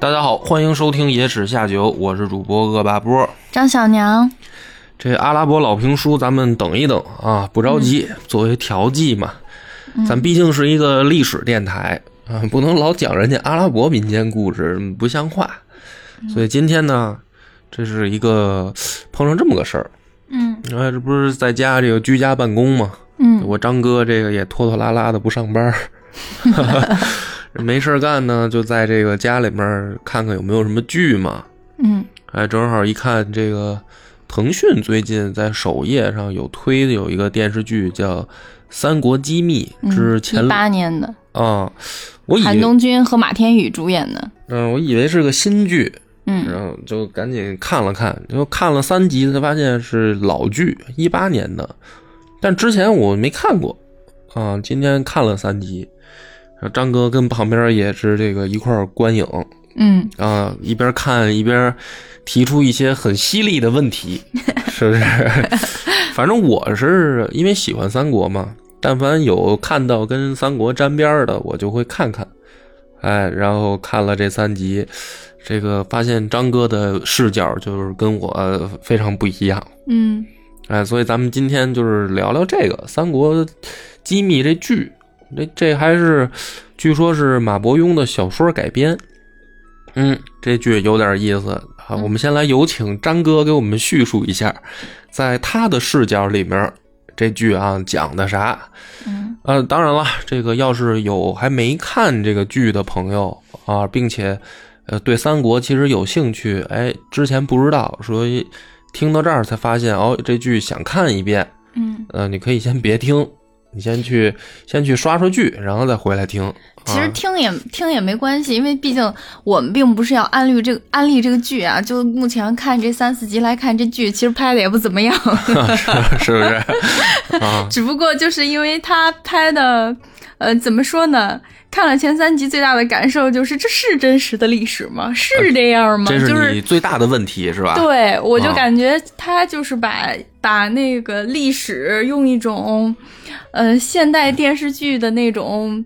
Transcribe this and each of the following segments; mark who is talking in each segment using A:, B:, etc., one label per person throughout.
A: 大家好，欢迎收听《野史下酒》，我是主播恶霸波。
B: 张小娘，
A: 这阿拉伯老评书，咱们等一等啊，不着急，作为调剂嘛。
B: 嗯
A: 咱毕竟是一个历史电台啊，不能老讲人家阿拉伯民间故事，不像话。所以今天呢，这是一个碰上这么个事儿。
B: 嗯
A: 哎，这不是在家这个居家办公吗？
B: 嗯
A: 我张哥这个也拖拖拉拉的不上班儿， 没事儿干呢，就在这个家里面儿看看有没有什么剧嘛。
B: 嗯
A: 哎，正好一看这个腾讯最近在首页上有推的有一个电视剧叫《三国机密之乾
B: 嗯一
A: 隆》
B: 八年的，
A: 啊，我以
B: 韩
A: 为
B: 东君和马天宇主演的，
A: 嗯，我以为是个新剧，
B: 嗯
A: 然后就赶紧看了看，就看了三集才发现是老剧，一八年的，但之前我没看过啊，今天看了三集。然后张哥跟旁边也是这个一块儿观影
B: 嗯，
A: 啊，一边看一边提出一些很犀利的问题，是不 是？反正我是因为喜欢三国嘛，但凡有看到跟三国沾边儿的，我就会看看。哎，然后看了这三集，这个发现张哥的视角就是跟我呃非常不一样。
B: 嗯
A: 哎，所以咱们今天就是聊聊这个《三国机密》这剧，这这还是据说是马伯庸的小说改编。嗯，这剧有点意思啊。我们先来有请张哥给我们叙述一下，在他的视角里面，这剧啊讲的啥？
B: 嗯
A: 呃，当然了，这个要是有还没看这个剧的朋友啊，并且呃对三国其实有兴趣，哎，之前不知道，所以听到这儿才发现哦，这剧想看一遍，
B: 嗯。
A: 呃，你可以先别听，你先去先去刷刷剧，然后再回来听。啊、
B: 其实听也听也没关系，因为毕竟我们并不是要安利这个安利这个剧啊。就目前看这三四集来看，这剧其实拍的也不怎 么样，
A: 啊是是不是 啊？
B: 只不过就是因为他拍的，呃，怎么说呢？看了前三集，最大的感受就是这是真实的历史吗？是这样吗？
A: 呃这
B: 就是是
A: 你最大的问题是吧？
B: 对，我就
A: 啊
B: 感觉他就是把、把那个历史用一种，呃，现代电视剧的那种，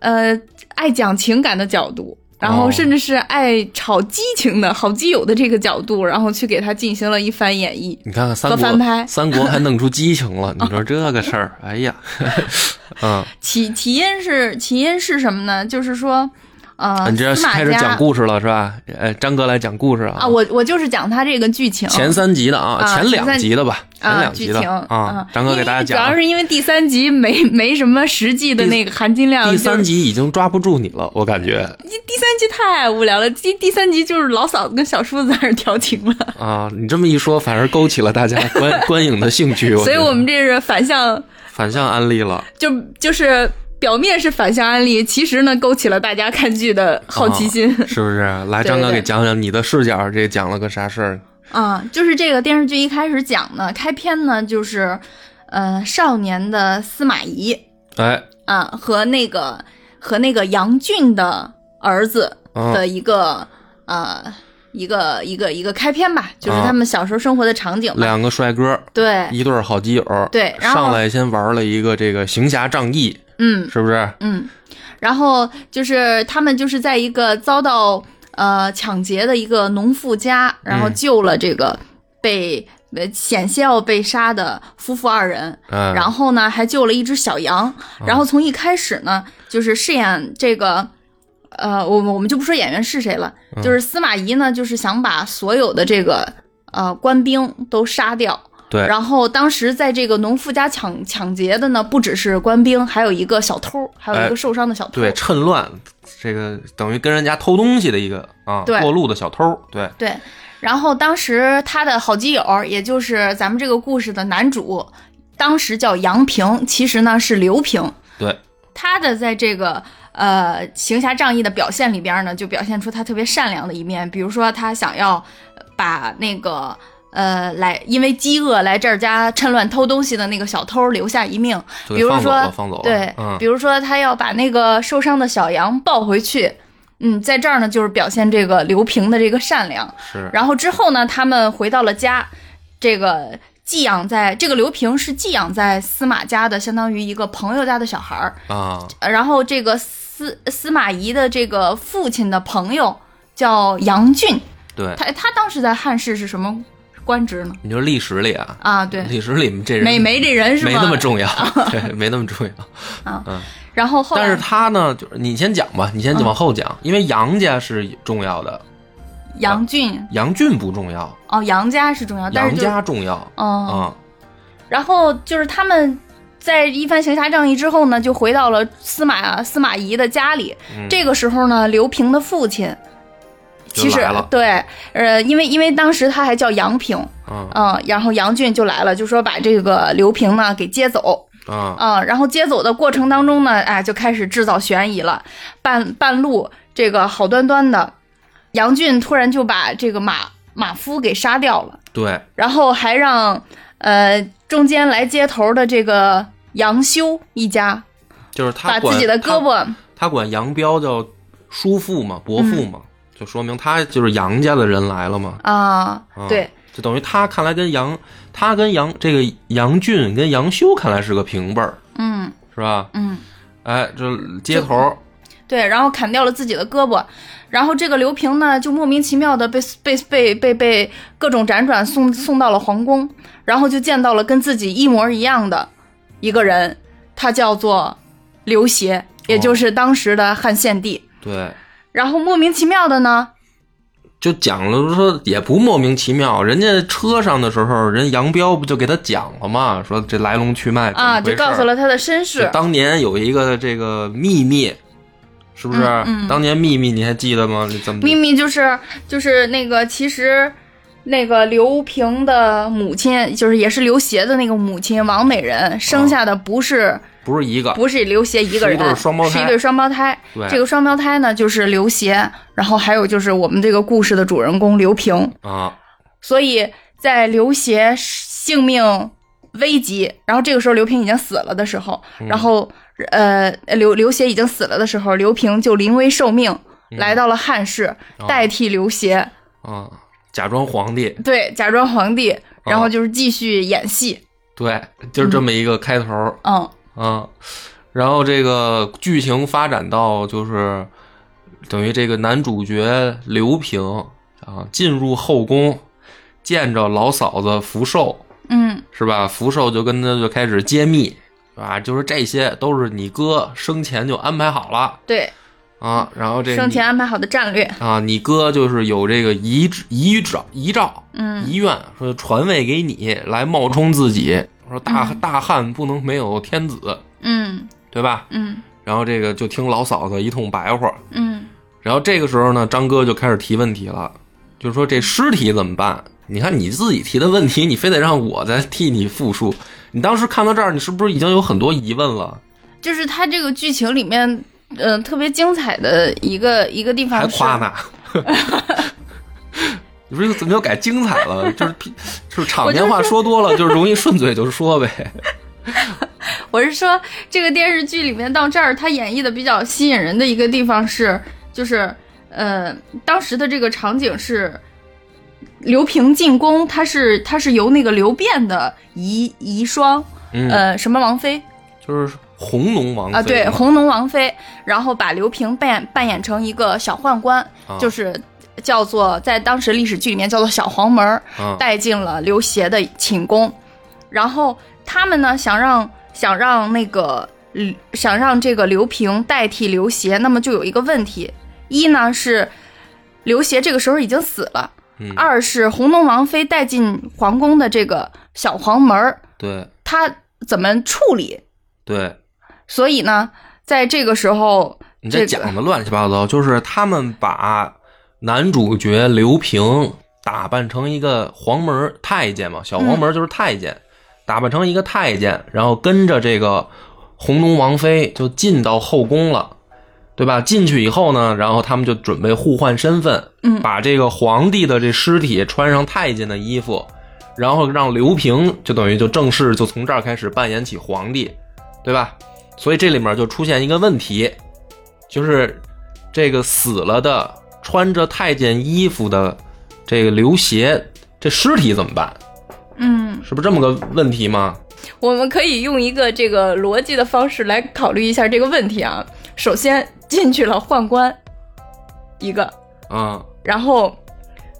B: 呃，爱讲情感的角度，然后
A: 哦
B: 甚至是爱炒激情的、好基友的这个角度，然后去给他进行了一番演绎。
A: 你看看三
B: 和翻拍
A: 国，三国还弄出激情 了，你说这个事儿，哎呀，嗯，
B: 起起因是起因是什么呢？就是说，呃，
A: 啊你这
B: 司马
A: 开始讲
B: 家
A: 故事了是吧？呃，张哥来讲故事啊。
B: 啊，我我就是讲他这个剧情
A: 前三集的啊，
B: 啊
A: 前两集的吧，
B: 啊
A: 前两集的
B: 剧情
A: 啊，张哥给大家
B: 因为主要
A: 讲。
B: 是因为第三集没没什么实际的
A: 第
B: 那个含金量，
A: 第
B: 就是
A: 三集已经抓不住你了，我感觉
B: 第三集太无聊了，第第三集就是老嫂子跟小叔子在那儿调情了，
A: 啊，你这么一说，反而勾起了大家 观观影的兴趣。
B: 所以
A: 觉得
B: 我们这是反向，
A: 反向安利了，
B: 就就是表面是反向安利，其实呢勾起了大家看剧的好奇心
A: 啊是不是？来，
B: 对
A: 张哥
B: 对
A: 给讲讲你的视角，这讲了个啥事儿？
B: 啊、就是这个电视剧一开始讲呢，开篇呢就是，呃，少年的司马懿
A: 哎，
B: 啊、和那个和那个杨俊的儿子
A: 嗯
B: 的一个、呃一个一个一个开篇吧，就是
A: 啊
B: 他们小时候生活的场景嘛。
A: 两个帅哥，
B: 对，
A: 一对儿好基友，
B: 对然后
A: 上来先玩了一个这个行侠仗义，
B: 嗯
A: 是不是？
B: 嗯，然后就是他们就是在一个遭到呃抢劫的一个农妇家，然后
A: 嗯
B: 救了这个被。呃，险些要被杀的夫妇二人，
A: 嗯，
B: 然后呢，还救了一只小羊。然后从一开始呢，就是饰演这个，呃，我们我们就不说演员是谁了，
A: 嗯
B: 就是司马懿呢，就是想把所有的这个呃官兵都杀掉。
A: 对
B: 然后当时在这个农妇家抢抢劫的呢，不只是官兵，还有一个小偷，还有一
A: 哎
B: 个受伤的小偷。
A: 对，趁乱，这个等于跟人家偷东西的一个啊，
B: 对
A: 过路的小偷，对，
B: 对然后当时他的好基友，也就是咱们这个故事的男主，当时叫杨平，其实呢是刘平。
A: 对，
B: 他的在这个呃行侠仗义的表现里边呢，就表现出他特别善良的一面，比如说他想要呃把那个。呃，来，因为饥饿来这儿家趁乱偷东西的那个小偷留下一命，
A: 就给
B: 比如
A: 放走
B: 说
A: 了，放走了，
B: 对，
A: 嗯
B: 比，如说他要把那个受伤的小羊抱回去，嗯，在这儿呢就是表现这个刘平的这个善良，
A: 是，
B: 然后之后呢，他们回到了家，这个寄养在这个刘平是寄养在司马家的，相当于一个朋友家的小孩儿。
A: 啊，
B: 呃然后这个司司马懿的这个父亲的朋友叫杨俊，
A: 对，
B: 他他当时在汉室是什么官职呢？
A: 你说历史里啊，
B: 啊，对，
A: 历史里这人
B: 没没这人是吗？
A: 没那么重要，对，没那么重要。
B: 然 后后来嗯
A: 但是他呢，就是你先讲吧，你先往后讲，因为杨家是重要的，
B: 杨俊、
A: 杨俊不重要，
B: 哦，杨家是重要，但
A: 杨
B: 是就
A: 家重要啊。
B: 哦、然后就是他们在一番行侠仗义之后呢，就回到了司马司马懿的家里。
A: 嗯
B: 这个时候呢，刘平的父亲
A: 就
B: 其实
A: 来了
B: 对，呃，因为因为当时他还叫杨平，
A: 嗯
B: 嗯，然后杨俊就来了，就说把这个刘平呢给接走，
A: 啊，
B: 嗯，然后接走的过程当中呢，哎，就开始制造悬疑了。半半路，这个好端端的杨俊突然就把这个马马夫给杀掉了。
A: 对，
B: 然后还让呃中间来接头的这个杨修一家
A: 就是
B: 把
A: 他管
B: 自己的胳
A: 他，
B: 膊
A: 他管杨彪叫叔父嘛，伯父
B: 嗯
A: 嘛，就说明他就是杨家的人来了嘛。
B: 啊、
A: 啊
B: 对，
A: 就等于他看来跟杨，他跟杨这个杨俊跟杨修看来是个平辈儿，
B: 嗯
A: 是吧？
B: 嗯，
A: 哎，这接头儿
B: 对，然后砍掉了自己的胳膊，然后这个刘平呢就莫名其妙的被被被被被各种辗转送送到了皇宫，然后就见到了跟自己一模一样的一个人，他叫做刘
A: 哦
B: 协，也就是当时的汉献帝。
A: 对，
B: 然后莫名其妙的呢，
A: 就讲了说也不莫名其妙，人家车上的时候，人杨彪不就给他讲了嘛，说这来龙去哎脉怎么
B: 啊，
A: 回
B: 就
A: 事儿
B: 告诉了他的身世
A: 就。当年有一个这个秘密，是不是？
B: 嗯嗯
A: 当年秘密你还记得吗？你怎么
B: 秘密就是就是那个，其实那个刘平的母亲，就是也是刘协的那个母亲王美人生下的不是、
A: 不是一个？
B: 不是刘协一个人，
A: 啊是一对双胞胎
B: 是一对双胞胎
A: 对
B: 这个双胞胎呢，就是刘协，然后还有就是我们这个故事的主人公刘平。
A: 啊，
B: 所以在刘协性命危急，然后这个时候刘平已经死了的时候，
A: 嗯
B: 然后呃刘刘协已经死了的时候，刘平就临危受命。来到了汉室，
A: 嗯哦
B: 代替刘协，
A: 啊，假装皇帝，
B: 对，假装皇
A: 哦
B: 帝，然后就是继续演戏，
A: 对，就是这么一个开头、
B: 嗯，
A: 啊。然后这个剧情发展到就是等于这个男主角刘平啊进入后宫，见着老嫂子福寿，
B: 嗯
A: 是吧？福寿就跟他就开始揭秘，是吧？就是这些都是你哥生前就安排好了。
B: 对，
A: 啊，然后这
B: 生
A: 你
B: 前安排好的战略，
A: 啊，你哥就是有这个遗旨遗诏遗诏
B: 嗯
A: 遗愿，说传位给你来冒充自己，说大、大汉不能没有天子，
B: 嗯
A: 对吧？
B: 嗯
A: 然后这个就听老嫂子一通白话，
B: 嗯
A: 然后这个时候呢，张哥就开始提问题了，就说这尸体怎么办？你看你自己提的问题，你非得让我再替你复述。你当时看到这儿，你是不是已经有很多疑问了？
B: 就是他这个剧情里面，呃，特别精彩的一个一个地
A: 还
B: 方是，
A: 夸呢？你说怎么又改精彩了？就是就是场面话说多了，就是容易顺嘴就说 呗。
B: 我是说这个电视剧里面到这儿，他演绎的比较吸引人的一个地方是，就是呃，当时的这个场景是。刘平进宫，他是他是由那个刘辩的遗遗孀，
A: 嗯，
B: 呃，什么王妃，
A: 就是红龙王
B: 啊，
A: 妃嗯
B: 对，
A: 嘛
B: 红龙王妃，然后把刘平扮演扮演成一个小宦官，
A: 啊
B: 就是叫做在当时历史剧里面叫做小黄门儿，
A: 啊
B: 带进了刘协的寝宫，然后他们呢想让想让那个嗯想让这个刘平代替刘协，那么就有一个问题，一呢是刘协这个时候已经死了，
A: 嗯
B: 二是红龙王妃带进皇宫的这个小黄门儿，
A: 对
B: 他怎么处理？
A: 对，
B: 所以呢，在这个时候，
A: 你
B: 这
A: 这
B: 个
A: 讲的乱七八糟，就是他们把男主角刘平打扮成一个黄门儿太监嘛，小黄门儿就是太监，打扮成一个太监，然后跟着这个红龙王妃就进到后宫了。对吧？进去以后呢，然后他们就准备互换身份，
B: 嗯
A: 把这个皇帝的这尸体穿上太监的衣服，然后让刘平就等于就正式就从这儿开始扮演起皇帝，对吧？所以这里面就出现一个问题，就是这个死了的穿着太监衣服的这个刘协，这尸体怎么办？
B: 嗯，
A: 是不是这么个问题吗？
B: 我们可以用一个这个逻辑的方式来考虑一下这个问题啊。首先进去了宦官一个，
A: 啊，
B: 然后，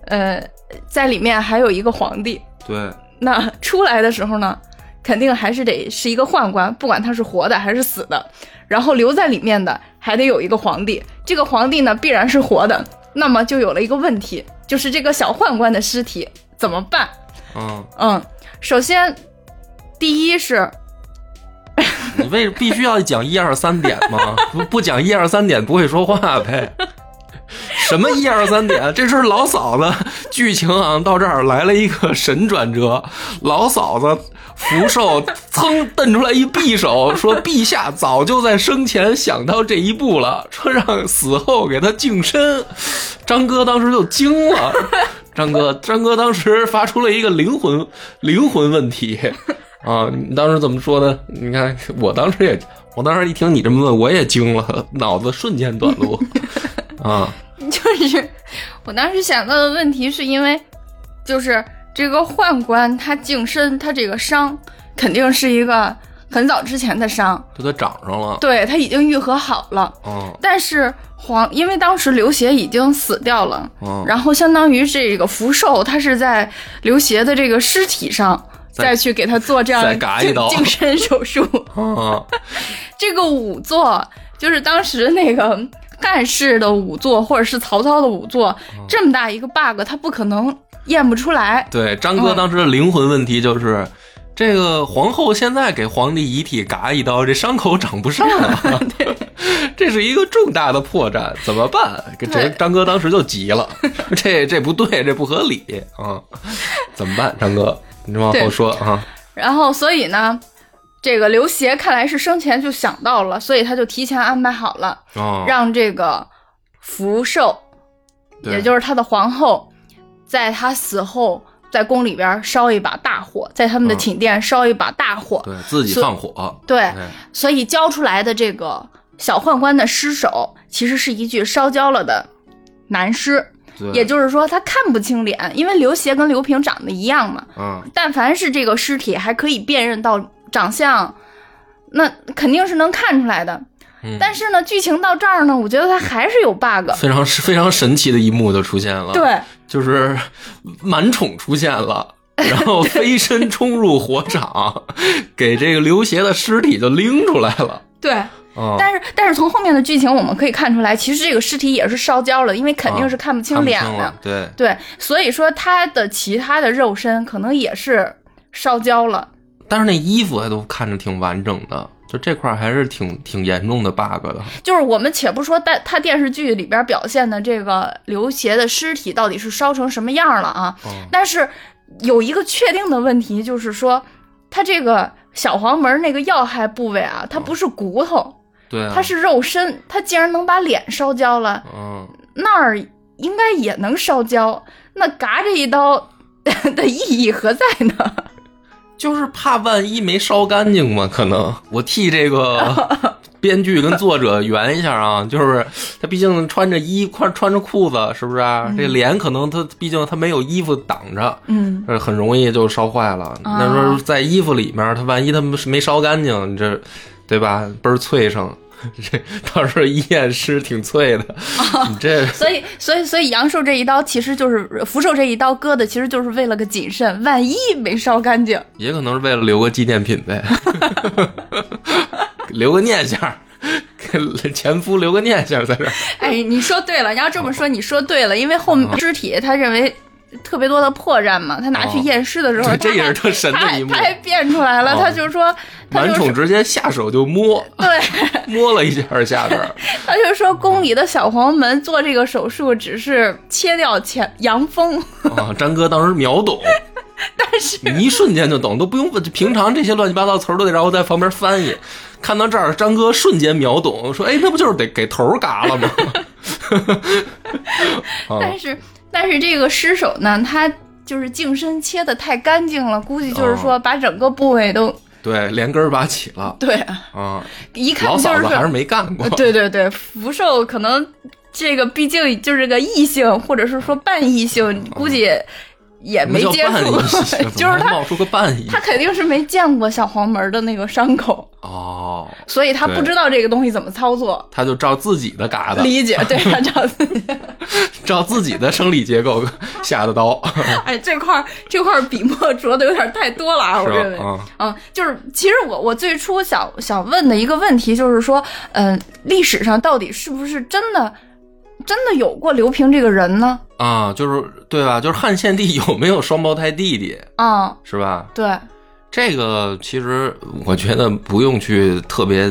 B: 呃，在里面还有一个皇帝。
A: 对，
B: 那出来的时候呢，肯定还是得是一个宦官，不管他是活的还是死的。然后留在里面的还得有一个皇帝，这个皇帝呢必然是活的。那么就有了一个问题，就是这个小宦官的尸体怎么办？
A: 嗯，
B: 嗯，首先，第一是
A: 你为必须要讲一二三点吗？不不讲一二三点不会说话呗？什么一二三点？这是老嫂子剧情啊，到这儿来了一个神转折，老嫂子福寿噌瞪出来一匕首，说陛下早就在生前想到这一步了，说让死后给他净身。张哥当时就惊了，张哥，张哥当时发出了一个灵魂灵魂问题啊！你当时怎么说的？你看，我当时也，我当时一听你这么问，我也惊了，脑子瞬间短 路啊！
B: 就是我当时想到的问题，是因为就是这个宦官他净身，他这个伤肯定是一个很早之前的伤，
A: 就他长上了，
B: 对他已经愈合好了。
A: 嗯
B: 但是皇，因为当时刘协已经死掉了，
A: 嗯，
B: 然后相当于这个福寿，他是在刘协的这个尸体上
A: 再
B: 再去给他做这样
A: 再嘎一
B: 净
A: 刀
B: 净身手术。
A: 啊，
B: 这个仵作就是当时那个干事的仵作，或者是曹操的仵作，
A: 嗯
B: 这么大一个 bug，他不可能验不出来。
A: 对，张哥当时的灵魂问题就是。这个皇后现在给皇帝遗体嘎一刀，这伤口长不上 了，这是一个重大的破绽，怎么办？这
B: 对
A: 张哥当时就急了，这这不对，这不合理啊！怎么办，张哥？你往后
B: 对
A: 说啊，
B: 然后所以呢，这个刘协看来是生前就想到了，所以他就提前安排好了，
A: 哦，
B: 让这个福寿，
A: 对
B: 也就是他的皇后，在他死后。在宫里边烧一把大火，在他们的
A: 嗯
B: 寝殿烧一把大火，
A: 对自己
B: 所哎
A: 放火，哎
B: 对
A: 对，
B: 所以交出来的这个小宦官的尸首，其实是一具烧焦了的男尸，
A: 对
B: 也就是说他看不清脸，因为刘协跟刘平长得一样嘛。
A: 嗯，
B: 但凡是这个尸体，还可以辨认到长相，那肯定是能看出来的。
A: 嗯啊
B: 但是呢，剧情到这儿呢，我觉得它还是有 bug。
A: 非常非常神奇的一幕就出现了，，
B: 对，
A: 就是满宠出现了。然后飞身冲入火场，给这个刘协的尸体就拎出来了。
B: 对，
A: 啊、
B: 但是但是从后面的剧情我们可以看出来，其实这个尸体也是烧焦了，因为肯定是看不
A: 啊看
B: 清
A: 不
B: 脸的。
A: 了，对，
B: 对，所以说他的其他的肉身可能也是烧焦了。
A: 但是那衣服还都看着挺完整的，就这块儿还是挺挺严重的 bug 的。
B: 就是我们且不说但他电视剧里边表现的这个刘协的尸体到底是烧成什么样了啊，
A: 嗯
B: 但是有一个确定的问题就是说，他这个小黄门那个要害部位啊，它不是骨头，
A: 对啊，
B: 它是肉身，它既然能把脸烧焦了，
A: 嗯，
B: 那儿应该也能烧焦，那嘎这一刀 的意义何在呢？
A: 就是怕万一没烧干净嘛，可能我替这个编剧跟作者圆一下啊，就是他毕竟穿着衣穿穿着裤子，是不是啊？这脸可能他毕竟他没有衣服挡着，
B: 嗯，
A: 呃，很容易就烧坏了。
B: 啊
A: 那说在衣服里面，他万一他没烧干净，你这对吧？倍儿脆生， 这到时候一验尸挺脆的，你这
B: 所以，所以，所以杨寿这一刀其实就是福寿这一刀割的，其实就是为了个谨慎，万一没烧干净。
A: 也可能是为了留个纪念品呗， 留个念想儿，给前夫留个念想儿在这儿。
B: 哎，你说对了，你要这么说，你说对了，因为后面
A: 啊
B: 肢体他认为特别多的破绽嘛，他拿去验尸的时候，
A: 对
B: 他
A: 这也是特神
B: 还
A: 的
B: 他
A: 一
B: 还
A: 幕
B: 他。还变出来了，
A: 哦
B: 他就说，他
A: 满
B: 就
A: 宠
B: 说，
A: 直接下手就摸，
B: 对，
A: 摸了一下下边儿，
B: 他就说宫里的小黄门做这个手术只是切掉前阳风，
A: 啊！张哥当时秒懂，
B: 但是
A: 你一瞬间就懂，都不用问。平常这些乱七八糟词儿都得让我在旁边翻译，看到这儿，张哥瞬间秒懂，说：“哎，那不就是得给头儿嘎了吗？” 啊，
B: 但是但是这个尸首呢，他就是净身切的太干净了，估计就是
A: 哦
B: 说把整个部位都、
A: 对，连根儿拔起了
B: 对，
A: 啊！
B: 一看
A: 老
B: 就
A: 嫂
B: 是
A: 子还是没干过
B: 呃，对对对，福寿可能这个毕竟就是个异性，或者是说半异性，估计也
A: 哦什么
B: 哎没
A: 叫
B: 接
A: 半
B: 触
A: 翼
B: 过，
A: 怎么
B: 就是
A: 还
B: 他
A: 冒出个半翼
B: 他肯定是没见过小黄门的那个伤口，
A: 哦，
B: 所以他不
A: 对
B: 知道这个东西怎么操作。
A: 他就照自己的嘎达，
B: 理解， 对他找自己。
A: 照自己的生理结构 下的刀，
B: 哎，这块儿这块儿笔墨 着的有点太多了啊， 我认
A: 是
B: 为。
A: 吧？啊，
B: 嗯，就是其实我我最初想想问的一个问题就是说，嗯、历史上到底是不是真的真的有过刘平这个人呢？
A: 啊，就是对吧？就是汉献帝 有没有双胞胎弟弟，
B: 啊、
A: 是吧？
B: 对，
A: 这个其实我觉得不用去特别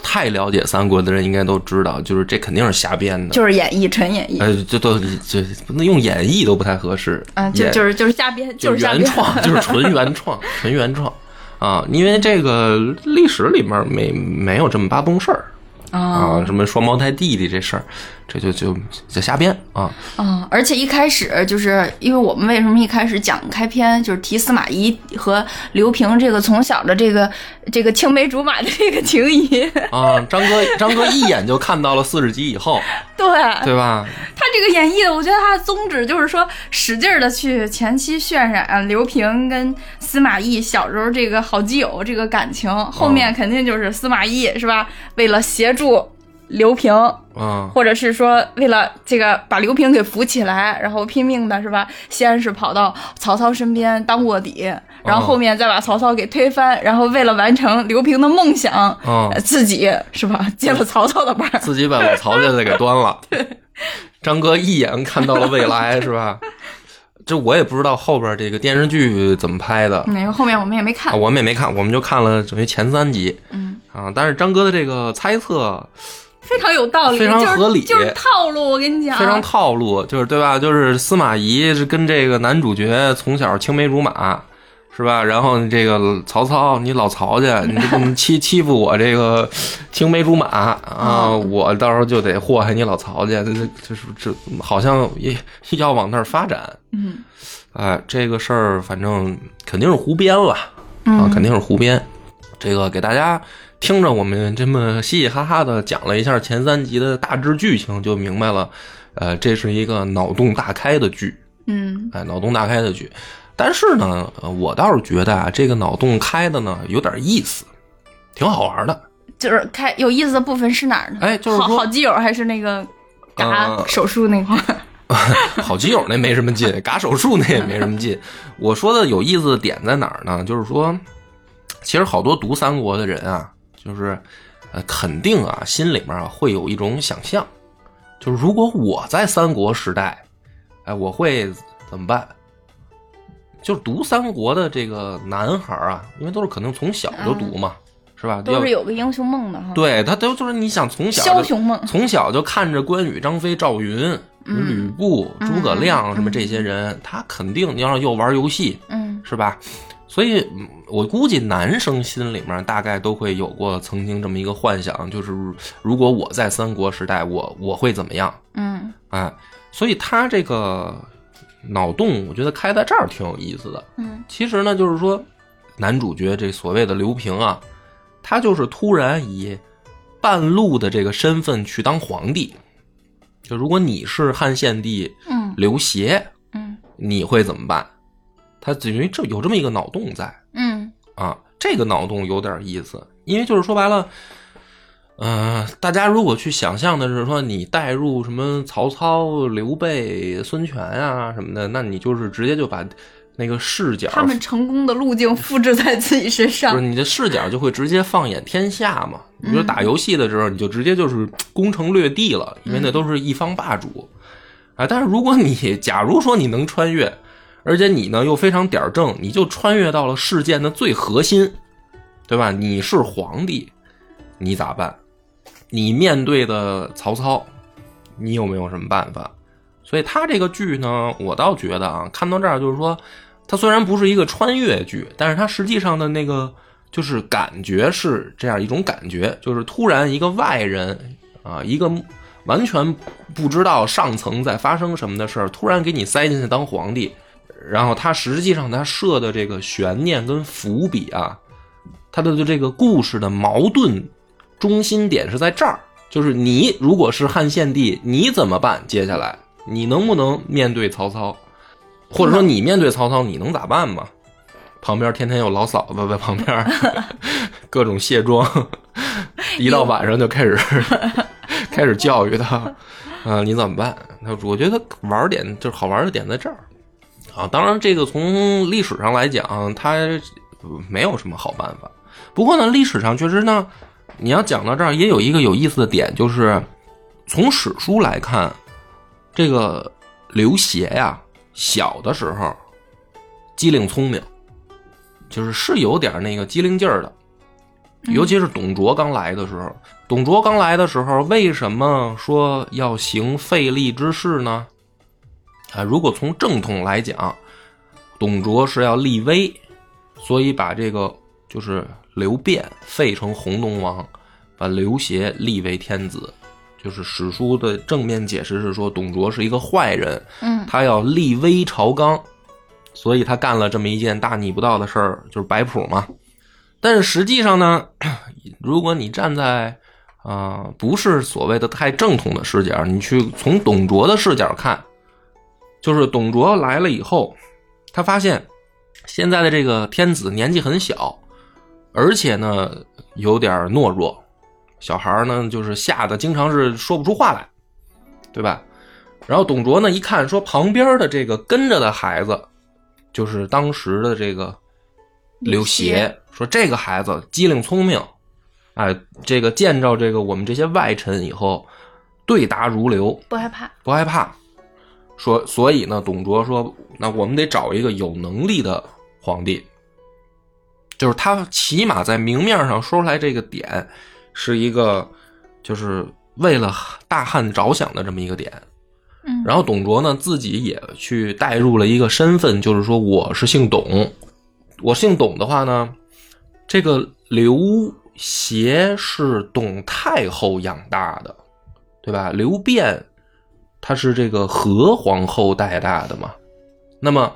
A: 太了解三国的人应该都知道，就是这肯定是瞎编的。
B: 就是演绎，纯演绎，
A: 呃，这都这不能用演绎都不太合适。
B: 嗯，就
A: 演
B: 就是就是瞎编，
A: 就是
B: 瞎
A: 原
B: 编。
A: 创，就是纯原创，纯原创啊！因为这个历史里面没没有这么八宗事儿
B: 啊
A: 啊，什么双胞胎弟弟这事儿，这就就就瞎编啊！
B: 啊！而且一开始就是因为我们为什么一开始讲开篇就是提司马懿和刘平这个从小的这个这个青梅竹马的这个情谊，
A: 啊，张哥，张哥一眼就看到了四十集以后，
B: 对
A: 对吧？
B: 他这个演绎的，我觉得他的宗旨就是说，使劲的去前期渲染呃刘平跟司马懿小时候这个好基友这个感情，后面肯定就是司马懿是吧？为了协助刘平，
A: 啊，
B: 或者是说为了这个把刘平给扶起来，然后拼命的是吧？先是跑到曹操身边当卧底，然后后面再把曹操给推翻，然后为了完成刘平的梦想，
A: 嗯
B: 呃自己是吧接了曹操的班儿。
A: 自己把老曹家的给端了。张哥一眼看到了未来，是吧？这我也不知道后边这个电视剧怎么拍的，
B: 那个嗯后面我们也没看
A: 啊，，我们也没看，我们就看了等于前三集。
B: 嗯
A: 啊，但是张哥的这个猜测
B: 非常有道理，
A: 非常合理
B: 就是，就是套路。我跟你讲，
A: 非常套路，就是对吧？就是司马懿是跟这个男主角从小青梅竹马，是吧？然后这个曹操，你老曹家，你这么欺欺负我这个青梅竹马啊，
B: 嗯
A: 我到时候就得祸害你老曹家，这这这是这好像也要往那儿发展。
B: 嗯
A: 哎，这个事儿反正肯定是胡编了啊，
B: 嗯
A: 肯定是胡编。这个给大家听着我们这么嘻嘻哈哈的讲了一下前三集的大致剧情，就明白了。呃，这是一个脑洞大开的剧，
B: 嗯
A: 哎，脑洞大开的剧。但是呢，呃我倒是觉得啊，这个脑洞开的呢有点意思，挺好玩的。
B: 就是开有意思的部分是哪儿呢？
A: 哎就是
B: 好
A: 说
B: 好基友还是那个打
A: 呃
B: 手术那块儿？
A: 好基友那没什么 劲，嘎手术那也没什么劲。我说的有意思的点在哪儿呢？就是说，其实好多读三国的人啊，就是呃，肯定啊，心里面啊会有一种想象，就是如果我在三国时代，哎，我会怎么办？就是读三国的这个男孩儿啊，因为都是可能从小就读嘛，是吧？
B: 嗯都
A: 要
B: 是有个英雄梦的哈，
A: 对他都就是你想从小就
B: 枭雄梦。
A: 从小就看着关羽、张飞、赵云、
B: 嗯
A: 吕布、
B: 嗯
A: 诸葛亮
B: 嗯
A: 什么这些人，他肯定要又玩游戏，
B: 嗯
A: 是吧？所以嗯我估计男生心里面大概都会有过曾经这么一个幻想，就是如果我在三国时代，我我会怎么样？
B: 嗯
A: 哎，所以他这个脑洞，我觉得开在这儿挺有意思的。
B: 嗯
A: 其实呢，就是说男主角这所谓的刘平啊，他就是突然以半路的这个身份去当皇帝。就如果你是汉献帝
B: 嗯
A: 刘协，
B: 嗯
A: 你会怎么办？他等于这有这么一个脑洞在
B: 嗯
A: 啊，这个脑洞有点意思，因为就是说白了。呃，大家如果去想象的是说你带入什么曹操、刘备、孙权啊什么的，那你就是直接就把那个视角
B: 他们成功的路径复制在自己身
A: 就
B: 上
A: 是。你的视角就会直接放眼天下嘛。你就
B: 嗯
A: 打游戏的时候，你就直接就是攻城略地了，因为
B: 嗯
A: 那都是一方霸主啊。但是如果你假如说你能穿越，而且你呢又非常点儿正，你就穿越到了事件的最核心，对吧？你是皇帝，你咋办？你面对的曹操，你有没有什么办法？所以他这个剧呢，我倒觉得啊，看到这儿就是说，它虽然不是一个穿越剧，但是它实际上的那个就是感觉是这样一种感觉，就是突然一个外人啊，一个完全不知道上层在发生什么的事儿，突然给你塞进去当皇帝，然后他实际上他设的这个悬念跟伏笔啊，他的这个故事的矛盾中心点是在这儿，就是你如果是汉献帝，你怎么办？接下来你能不能面对曹操？或者说你面对曹操，你能咋办嘛？旁边天天有老嫂子在旁边，各种卸妆，一到晚上就开始开始教育他，啊、你怎么办？他我觉得玩儿点就是好玩儿的点在这儿啊。当然，这个从历史上来讲，它呃没有什么好办法。不过呢，历史上确实呢，你要讲到这儿，也有一个有意思的点，就是从史书来看，这个刘协呀，小的时候机灵聪明，就是是有点那个机灵劲儿的。尤其是董卓刚来的时候，董卓刚来的时候，为什么说要行废立之事呢？啊，如果从正统来讲，董卓是要立威，所以把这个就是刘辩废成红龙王，把刘协立为天子。就是史书的正面解释是说，董卓是一个坏人，
B: 嗯
A: 他要立威朝纲，所以他干了这么一件大逆不道的事儿，就是摆谱嘛。但是实际上呢， 如果你站在啊、呃不是所谓的太正统的视角，你去从董卓的视角看，就是董卓来了以后，他发现现在的这个天子年纪很小，而且呢有点儿懦弱，小孩儿呢就是吓得经常是说不出话来，对吧？然后董卓呢一看，说旁边的这个跟着的孩子，就是当时的这个刘
B: 刘
A: 协
B: 协，
A: 说这个孩子机灵聪明，哎，这个见着这个我们这些外臣以后，对答如流，
B: 不害怕，
A: 不害怕。说，所以呢，董卓说，那我们得找一个有能力的皇帝，就是他起码在明面上说出来这个点，是一个就是为了大汉着想的这么一个点。
B: 嗯，
A: 然后董卓呢自己也去带入了一个身份，就是说我是姓董，我姓董的话呢，这个刘协是董太后养大的，对吧？刘辩他是这个何皇后带大的嘛，那么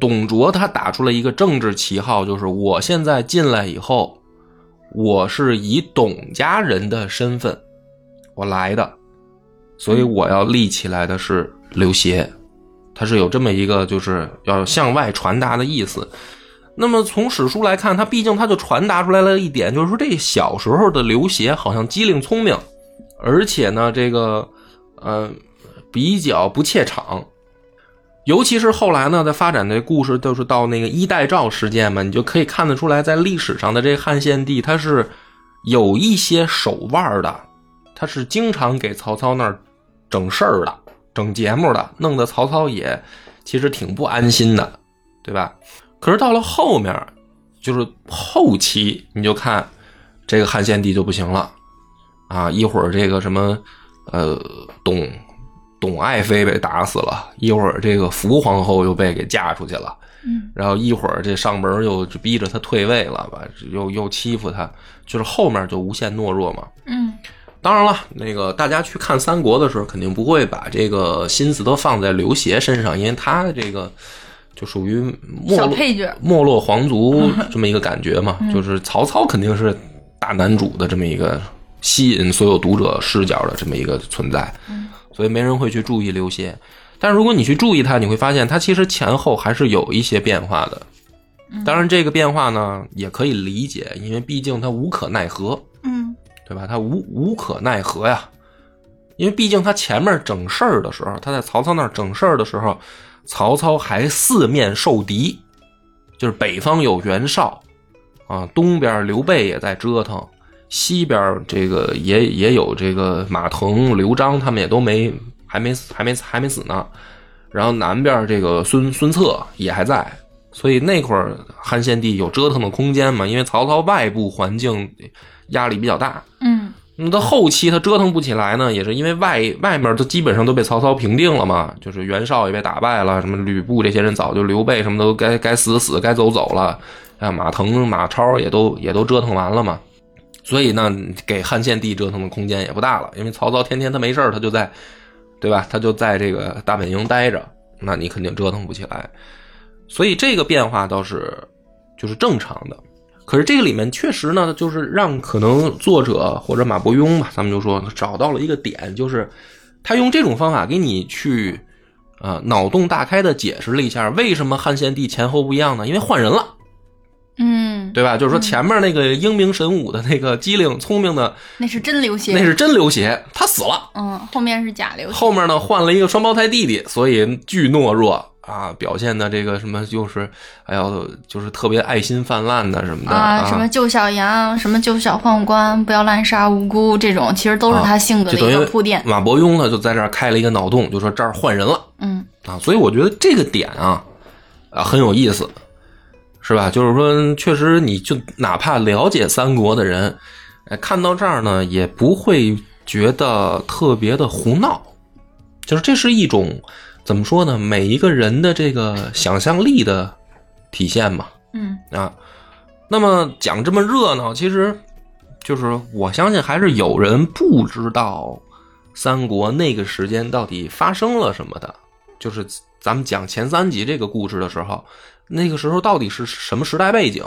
A: 董卓他打出了一个政治旗号，就是我现在进来以后，我是以董家人的身份我来的，所以我要立起来的是刘协，他是有这么一个就是要向外传达的意思。那么从史书来看，他毕竟他就传达出来了一点，就是说这小时候的刘协好像机灵聪明，而且呢，这个呃比较不怯场，尤其是后来呢，在发展这故事，就是到那个一代诏事件嘛，你就可以看得出来，在历史上的这汉献帝，他是有一些手腕儿的，他是经常给曹操那儿整事儿的、整节目的，弄得曹操也其实挺不安心的，对吧？可是到了后面，就是后期，你就看这个汉献帝就不行了啊！一会儿这个什么，呃，董董爱妃被打死了，一会儿这个福皇后又被给嫁出去了，
B: 嗯
A: 然后一会儿这上门又逼着他退位了吧，又又欺负他，就是后面就无限懦弱嘛。
B: 嗯
A: 当然了，那个大家去看三国的时候，肯定不会把这个心思都放在刘协身上，因为他这个就属于没
B: 小
A: 落
B: 配嗯角
A: 没落皇 族这么一个感觉嘛。就是曹操肯定是大男主的这么一个吸引所有读者视角的这么一个存在，所以没人会去注意刘协。但是如果你去注意他，你会发现他其实前后还是有一些变化的。当然，这个变化呢也可以理解，因为毕竟他无可奈何。
B: 嗯
A: 对吧？他无无可奈何呀，因为毕竟他前面整事儿的时候，他在曹操那儿整事儿的时候，曹操还四面受敌，就是北方有袁绍啊，东边刘备也在折腾，西边这个也也有这个马腾、刘璋他们也都没还没死还没还没死呢，然后南边这个孙孙策也还在。所以那会儿汉献帝有折腾的空间嘛，因为曹操外部环境压力比较大，
B: 嗯
A: 那么到后期他折腾不起来呢，也是因为外外面都基本上都被曹操平定了嘛，就是袁绍也被打败了，什么吕布这些人早就刘备什么都该该死死该走走了，啊马腾马超也都也都折腾完了嘛，所以呢给汉献帝折腾的空间也不大了，因为曹操天天他没事儿他就在，对吧？他就在这个大本营待着，那你肯定折腾不起来，所以这个变化倒是就是正常的。可是这个里面确实呢，就是让可能作者或者马伯庸吧，咱们就说找到了一个点，就是他用这种方法给你去啊，脑洞大开的解释了一下为什么汉献帝前后不一样呢？因为换人了，
B: 嗯，
A: 对吧？就是说前面那个英明神武的 那个机灵聪明的，
B: 那是真流
A: 那
B: 血，
A: 是真刘协，他死了。
B: 嗯，后面是假流血，
A: 后面呢换了一个双胞胎弟弟，所以巨懦弱啊，表现的这个什么就是，哎呦，就是特别爱心泛滥的什么的
B: 啊，什么救小羊，什么救小宦官，不要滥杀无辜，这种其实都是他性格
A: 啊就
B: 的
A: 等
B: 一个
A: 于
B: 铺垫。
A: 马伯庸呢就在这儿开了一个脑洞，就说这儿换人了
B: 嗯
A: 啊，所以我觉得这个点啊啊很有意思，是吧？就是说，确实你就哪怕了解三国的人，哎，看到这儿呢也不会觉得特别的胡闹，就是这是一种怎么说呢？每一个人的这个想象力的体现嘛。
B: 嗯
A: 啊。那么讲这么热闹，其实就是我相信还是有人不知道三国那个时间到底发生了什么的。就是咱们讲前三集这个故事的时候，那个时候到底是什么时代背景，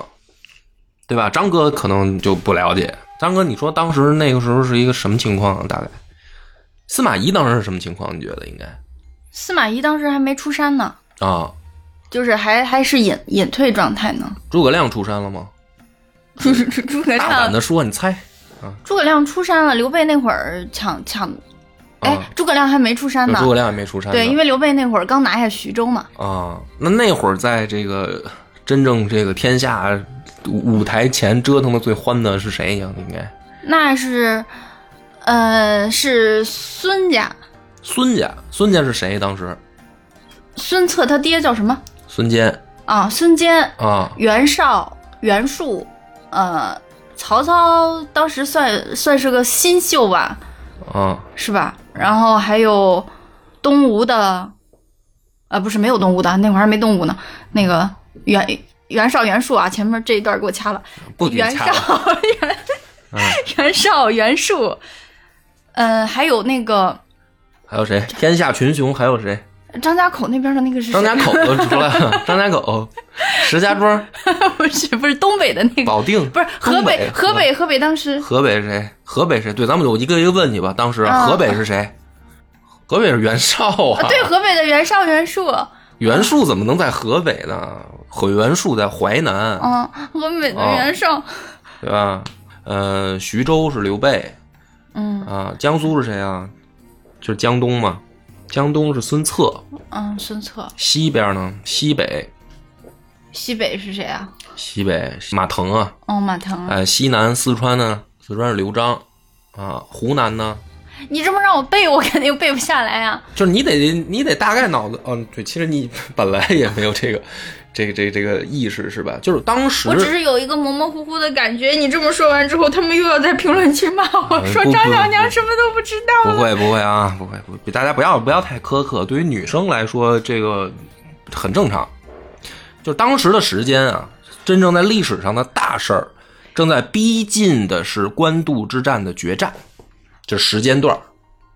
A: 对吧？张哥可能就不了解。张哥，你说当时那个时候是一个什么情况啊？大概司马懿当时是什么情况？你觉得应该
B: 司马懿当时还没出山呢，
A: 啊？
B: 就是还还是隐隐退状态呢。
A: 诸葛亮出山了吗？
B: 诸诸 诸葛
A: 嗯大胆
B: 亮，
A: 的说，你猜？
B: 诸葛亮出山了，刘备那会儿抢抢，哎
A: 啊，，
B: 诸葛亮还没出山
A: 就
B: 呢
A: 诸。葛亮也没出山呢。
B: 对，因为刘备那会儿刚拿下徐州嘛。
A: 啊，那那会儿在这个真正这个天下舞台前折腾的最欢的是谁呀？应该
B: 那是，呃，是孙家，
A: 孙家，孙家是谁？当时
B: 孙策他爹叫什么
A: 孙坚
B: 啊？孙坚、
A: 啊，
B: 袁绍、袁术，呃，曹操当时算算是个新秀吧，
A: 啊，
B: 是吧？然后还有东吴的，呃，不是没有东吴的，那会儿还没东吴呢。那个袁袁绍、袁术啊，前面这一段给我掐了。
A: 不给
B: 袁
A: 掐了
B: 绍、袁、
A: 嗯
B: 袁 绍、袁术，呃，还有那个
A: 还有谁？天下群雄还有谁？
B: 张家口那边的那个是谁
A: 张家口都出来了，张家口、石家庄、
B: 不是不是东北的那个，
A: 保定，
B: 不是河
A: 东北嗯
B: 北河北河北当时
A: 河北是谁？河北谁？对，咱们就一个一个问你吧。当时
B: 啊
A: 河北是谁？河北是袁绍啊
B: 啊，对河北的袁绍、袁术，
A: 袁术怎么能在河北呢？毁袁术在淮南，
B: 嗯，河北的
A: 哦
B: 袁绍，
A: 对吧？呃，徐州是刘备
B: 嗯
A: 啊，江苏是谁啊？就是江东嘛。江东是孙策，
B: 嗯，孙策，
A: 西边呢？西北，
B: 西北是谁啊？
A: 西北马腾啊。
B: 哦，马腾，
A: 呃，西南四川呢？四川是刘璋啊。湖南呢？
B: 你这么让我背，我肯定背不下来啊。
A: 就是你得你得大概脑子，嗯、对，其实你本来也没有这个这个这个这个意识是吧？就是当时
B: 我只是有一个模模糊糊的感觉。你这么说完之后，他们又要在评论区骂我
A: 嗯
B: 说
A: 不不
B: 张小
A: 不
B: 娘什么都不知道。
A: 不会不会啊，不会不会，大家不要不要太苛刻。对于女生来说，这个很正常。就当时的时间啊，真正在历史上的大事儿，正在逼近的是官渡之战的决战，这时间段儿，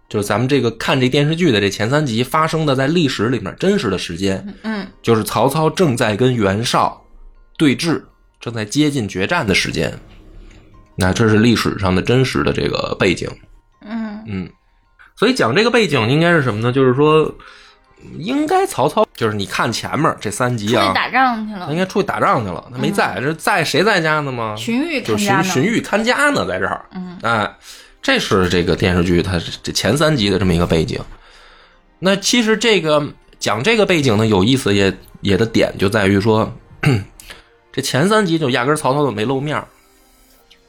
A: 就是咱们这个看这电视剧的这前三集发生的在历史里面真实的时间，
B: 嗯
A: 就是曹操正在跟袁绍对峙，正在接近决战的时间。那这是历史上的真实的这个背景。
B: 嗯
A: 嗯，所以讲这个背景应该是什么呢？就是说，应该曹操就是你看前面这三
B: 出
A: 集
B: 去
A: 啊，
B: 打仗嗯去
A: 他
B: 了
A: 应。该出去打仗去了，他没在，这在谁在家呢吗？
B: 荀彧
A: 就
B: 看
A: 是
B: 家
A: 荀
B: 呢
A: 荀。彧看家呢，在这儿。
B: 嗯，
A: 哎，这是这个电视剧它这前三集的这么一个背景。那其实这个讲这个背景呢，有意思也也的点就在于说， 这前三集就压根儿曹操就没露面儿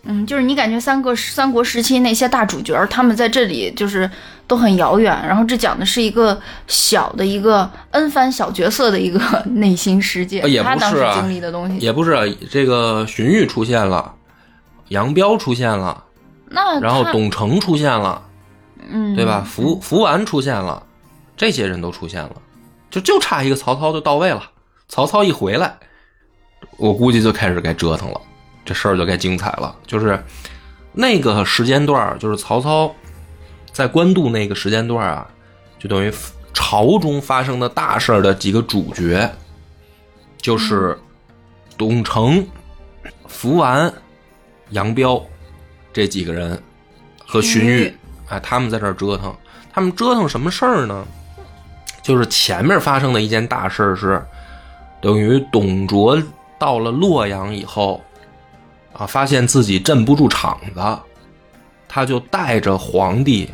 B: 嗯，就是你感觉三个三国时期那些大主角儿，他们在这里就是都很遥远，然后这讲的是一个小的一个 N 番小角色的一个 内心世界，
A: 呃也
B: 他
A: 不
B: 当
A: 是
B: 时
A: 啊
B: 经历的东西。
A: 也不是啊这个荀彧出现了，杨彪出现了。
B: 那
A: 然后
B: 嗯他
A: 董承出现了，
B: 嗯，
A: 对吧？福福完出现了，这些人都出现了，就就差一个曹操就到位了。曹操一回来，我估计就开始该折腾了，这事儿就该精彩了。就是那个时间段儿，就是曹操在官渡那个时间段儿啊，就等于朝中发生的大事儿的几个主角，就是董承、福完、杨彪这几个人和荀
B: 荀
A: 彧啊
B: 彧，
A: 哎，他们在这儿折腾，他们折腾什么事儿呢？就是前面发生的一件大事儿是，等于董卓到了洛阳以后，啊，发现自己镇不住场子，他就带着皇帝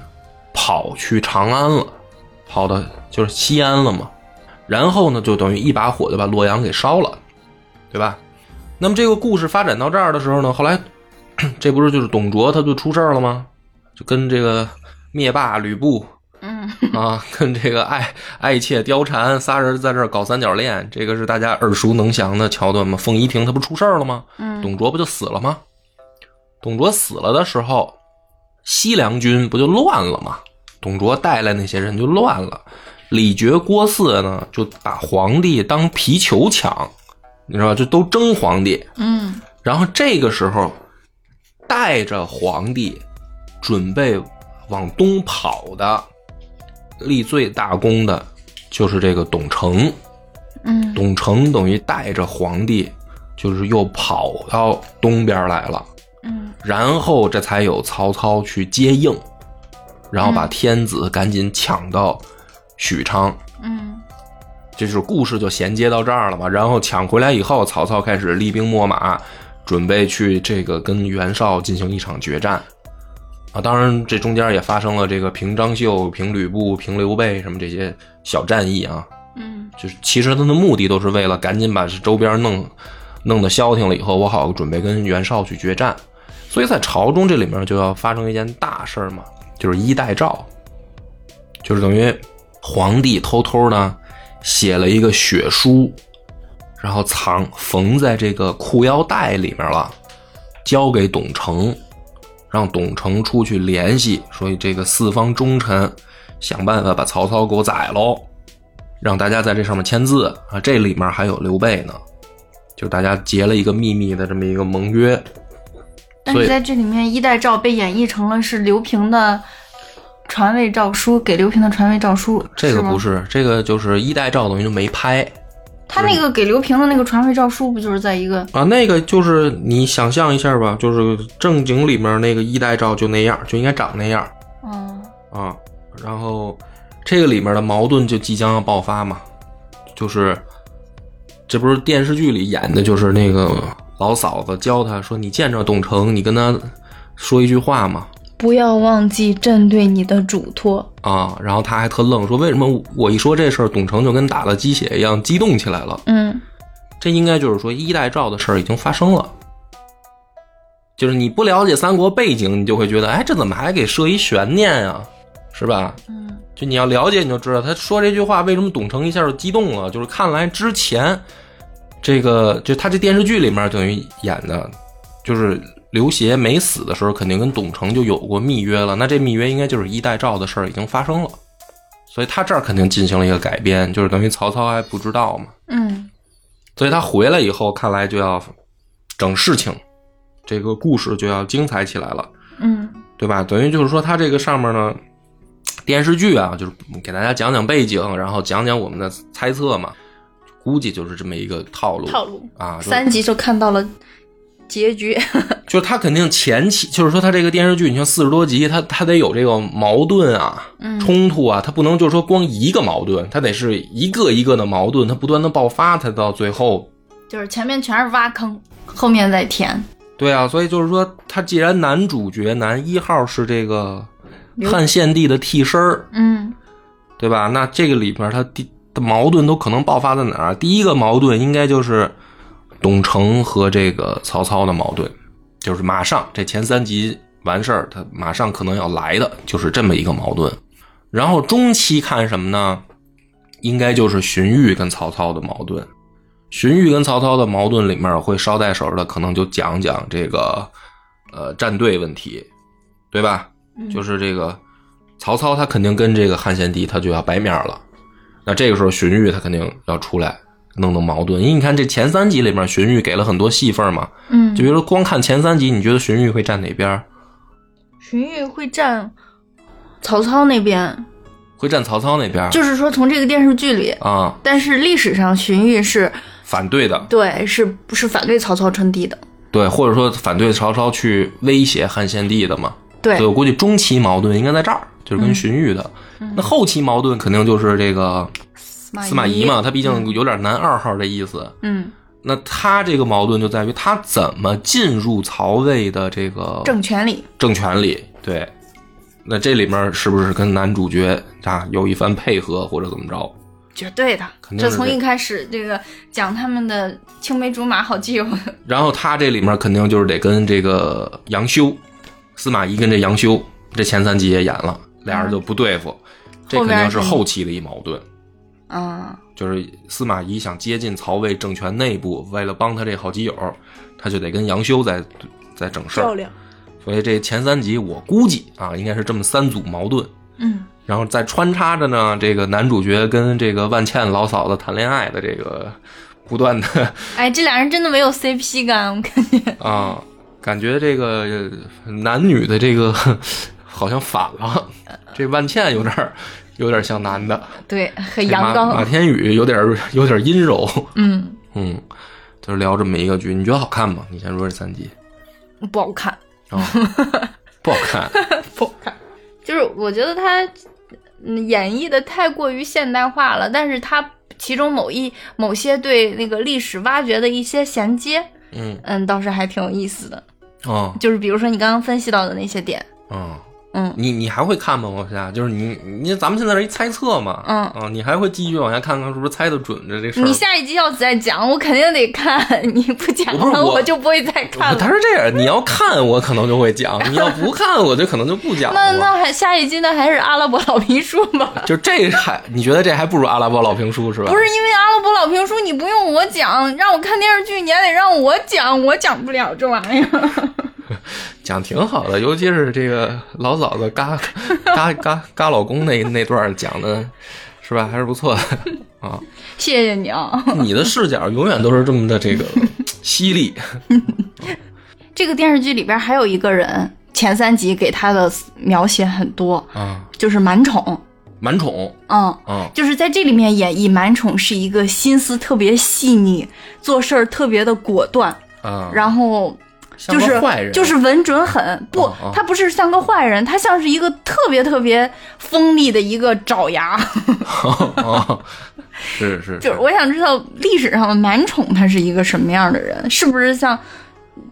A: 跑去长安了，跑到就是西安了嘛。然后呢，就等于一把火就把洛阳给烧了，对吧？那么这个故事发展到这儿的时候呢，后来 这不是就是董卓他就出事儿了吗？就跟这个灭霸吕布
B: 嗯，
A: 啊， 跟这个爱爱妾貂蝉仨人在这儿搞三角恋，这个是大家耳熟能详的桥段吗？凤仪亭他不出事儿了吗？
B: 嗯
A: 董卓不就死了吗？董卓死了的时候，西凉军不就乱了吗？董卓带来那些人就乱了，李傕、郭汜呢就把皇帝当皮球抢，你知道吧？就都争皇帝。
B: 嗯
A: 然后这个时候，带着皇帝准备往东跑的，立最大功的就是这个董承。
B: 嗯
A: 董承等于带着皇帝，就是又跑到东边来了，
B: 嗯
A: 然后这才有曹操去接应，然后把天子赶紧抢到许昌。
B: 嗯
A: 这就是故事就衔接到这儿了嘛。然后抢回来以后，曹操开始厉兵秣马，准备去这个跟袁绍进行一场决战。啊，当然这中间也发生了这个平张绣、平吕布、平刘备什么这些小战役啊。
B: 嗯
A: 就是其实他的目的都是为了赶紧把这周边弄弄得消停了以后，我好准备跟袁绍去决战。所以在朝中这里面就要发生一件大事儿嘛，就是衣带诏，就是等于皇帝偷偷呢写了一个血书，然后藏缝在这个裤腰带里面了，交给董承，让董承出去联系，说这个四方忠臣想办法把曹操给我宰喽。让大家在这上面签字啊。这里面还有刘备呢，就是大家结了一个秘密的这么一个盟约。
B: 但
A: 所
B: 是
A: 以
B: 在这里面，衣带诏被演绎成了是刘平的传位诏书，给刘平的传位诏书。
A: 这个
B: 吗
A: 不是，这个就是衣带诏等于就没拍
B: 他那个给刘平的那个传位诏书，不就是在一个
A: 啊。那个就是你想象一下吧，就是正经里面那个衣带诏就那样，就应该长那样
B: 嗯
A: 啊。然后这个里面的矛盾就即将要爆发嘛，就是这不是电视剧里演的，就是那个老嫂子教他说，你见着董承，你跟他说一句话嘛，
B: 不要忘记朕对你的嘱托。
A: 啊，然后他还特愣，说为什么我一说这事儿，董承就跟打了鸡血一样激动起来了？
B: 嗯
A: 这应该就是说衣带诏的事儿已经发生了。就是你不了解三国背景，你就会觉得，哎，这怎么还给设一悬念啊？是吧？
B: 嗯
A: 就你要了解，你就知道他说这句话为什么董承一下就激动了。就是看来之前这个，就他这电视剧里面等于演的，就是刘协没死的时候，肯定跟董承就有过密约了。那这密约应该就是衣带诏的事儿已经发生了，所以他这儿肯定进行了一个改编，就是等于曹操还不知道嘛。
B: 嗯
A: 所以他回来以后，看来就要整事情，这个故事就要精彩起来了。
B: 嗯
A: 对吧？等于就是说，它这个上面呢，电视剧啊，就是给大家讲讲背景，然后讲讲我们的猜测嘛，估计就是这么一个套路。
B: 套路。
A: 啊，就
B: 三集就看到了结局。
A: 就是他肯定前期，就是说他这个电视剧，你像四十多集，他他得有这个矛盾啊、
B: 嗯
A: 冲突啊，他不能就是说光一个矛盾，他得是一个一个的矛盾，他不断的爆发，他到最后
B: 就是前面全是挖坑，后面再填。
A: 对啊，所以就是说，他既然男主角男一号是这个
B: 刘
A: 汉献帝的替身儿，
B: 嗯
A: 对吧？那这个里边他第的矛盾都可能爆发在哪儿？啊第一个矛盾应该就是董承和这个曹操的矛盾，就是马上这前三集完事儿，他马上可能要来的就是这么一个矛盾。然后中期看什么呢？应该就是荀彧跟曹操的矛盾。荀彧跟曹操的矛盾里面会捎带手的，可能就讲讲这个呃站队问题，对吧？
B: 嗯
A: 就是这个曹操他肯定跟这个汉献帝他就要掰面儿了。那这个时候荀彧他肯定要出来弄弄矛盾，因为你看这前三集里面荀彧给了很多戏份嘛，
B: 嗯
A: 就比如说光看前三集，你觉得荀彧会站哪边儿？
B: 荀彧会站曹操那
A: 啊
B: 边，
A: 会站曹操那边儿
B: 就是说从这个电视剧里，
A: 啊，
B: 但是历史上荀彧是
A: 反对的，
B: 对是不是反对曹操称帝的？
A: 对，或者说反对曹操去威胁汉献帝的嘛。嗯
B: 对
A: 所以我估计中期矛盾应该在这儿，就是跟荀彧的。那后期矛盾肯定就是这个司
B: 司
A: 马懿嗯嘛，，他毕竟有点男二号的意思。
B: 嗯，
A: 那他这个矛盾就在于他怎么进入曹魏的这个
B: 政权里，
A: 政权里，对。那这里面是不是跟男主角啊有一番配合或者怎么着？
B: 绝对的
A: 肯。定
B: 这
A: 是
B: 从
A: 这
B: 一开始，这个讲他们的青梅竹马好基友，
A: 然后他这里面肯定就是得跟这个杨修，司马懿跟这杨修，这前三集也演了，俩人就不对付，这肯定是嗯后期的一矛盾。
B: 嗯，
A: 就是司马懿想接近曹魏政权内部，为了帮他这好基友，他就得跟杨修在在整事
C: 较
A: 儿。
C: 量。
A: 所以这前三集我估计啊，应该是这么三组矛盾，
B: 嗯，
A: 然后再穿插着呢，这个男主角跟这个万茜老嫂子谈恋爱的这个不断的
B: 哎，这俩人真的没有 CP 感，我感觉。
A: 啊，感觉这个呃男女的这个好像反了，这万茜有点儿有点儿像男的，
B: 对，很
A: 这
B: 阳
A: 马马
B: 刚，
A: 天宇有点儿有点儿阴柔，
B: 嗯，
A: 嗯，就是聊这么一个剧，你觉得好看吗？你先说这三集
C: 不好看，
A: 啊，不好 看，
C: 不好看。
B: 就是我觉得他嗯演绎的太过于现代化了，但是他其中某一某些对那个历史挖掘的一些衔接，
A: 嗯
B: 嗯，倒是还挺有意思的。
A: 啊
B: 就是比如说你刚刚分析到的那些点，
A: 嗯。
B: 嗯
A: 你你还会看吗？往下就是你你咱们现在是一猜测嘛，
B: 嗯
A: 啊，你还会继续往下看看是不是猜的准的这事儿？
B: 你下一集要再讲，我肯定得看。你不讲
A: 我不是
B: 了，
A: 我
B: 我就不会再看
A: 他
B: 了。
A: 是这样，你要看我可能就会讲，你要不看我就可能就不讲
B: 那
A: 了。
B: 那还下一集那还是阿拉伯老评书吧？
A: 就这还你觉得这还不如阿拉伯老评书是吧？
B: 不是因为阿拉伯老评书你不用我讲，让我看电视剧你还得让我讲，我讲不了这玩意儿。
A: 讲挺好的，尤其是这个老嫂子 嘎嘎嘎嘎老公那那段儿讲的，是吧？还是不错的 啊。
B: 谢谢你啊！
A: 你的视角永远都是这么的这个犀利，
B: 这个电视剧里边还有一个人，前三集给他的描写很多，
A: 啊，
B: 就是满宠，
A: 蛮宠
B: 嗯，
A: 啊，
B: 就是在这里面演绎满宠是一个心思特别细腻，做事儿特别的果断，
A: 啊，
B: 然后
A: 像
B: 就
A: 个
B: 是
A: 坏人
B: 就是稳准狠，不，
A: 哦哦
B: 他不是像个坏人，他像是一个特别特别锋利的一个爪牙。
A: 哦，是是，
B: 就是我想知道历史上的满宠他是一个什么样的人，是不是像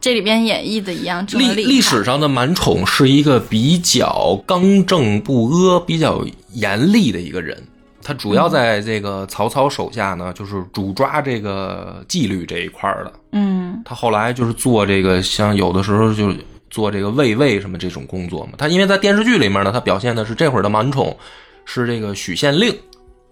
B: 这里边演绎的一样？成
A: 历
B: 了厉害
A: 历史上的满宠是一个比较刚正不阿、比较严厉的一个人。他主
B: 嗯
A: 要在这个曹操手下呢，就是主抓这个纪律这一块儿的。
B: 嗯
A: 他后来就是做这个，像有的时候就做这个卫尉什么这种工作嘛。他因为在电视剧里面呢，他表现的是这会儿的满宠是这个许县令，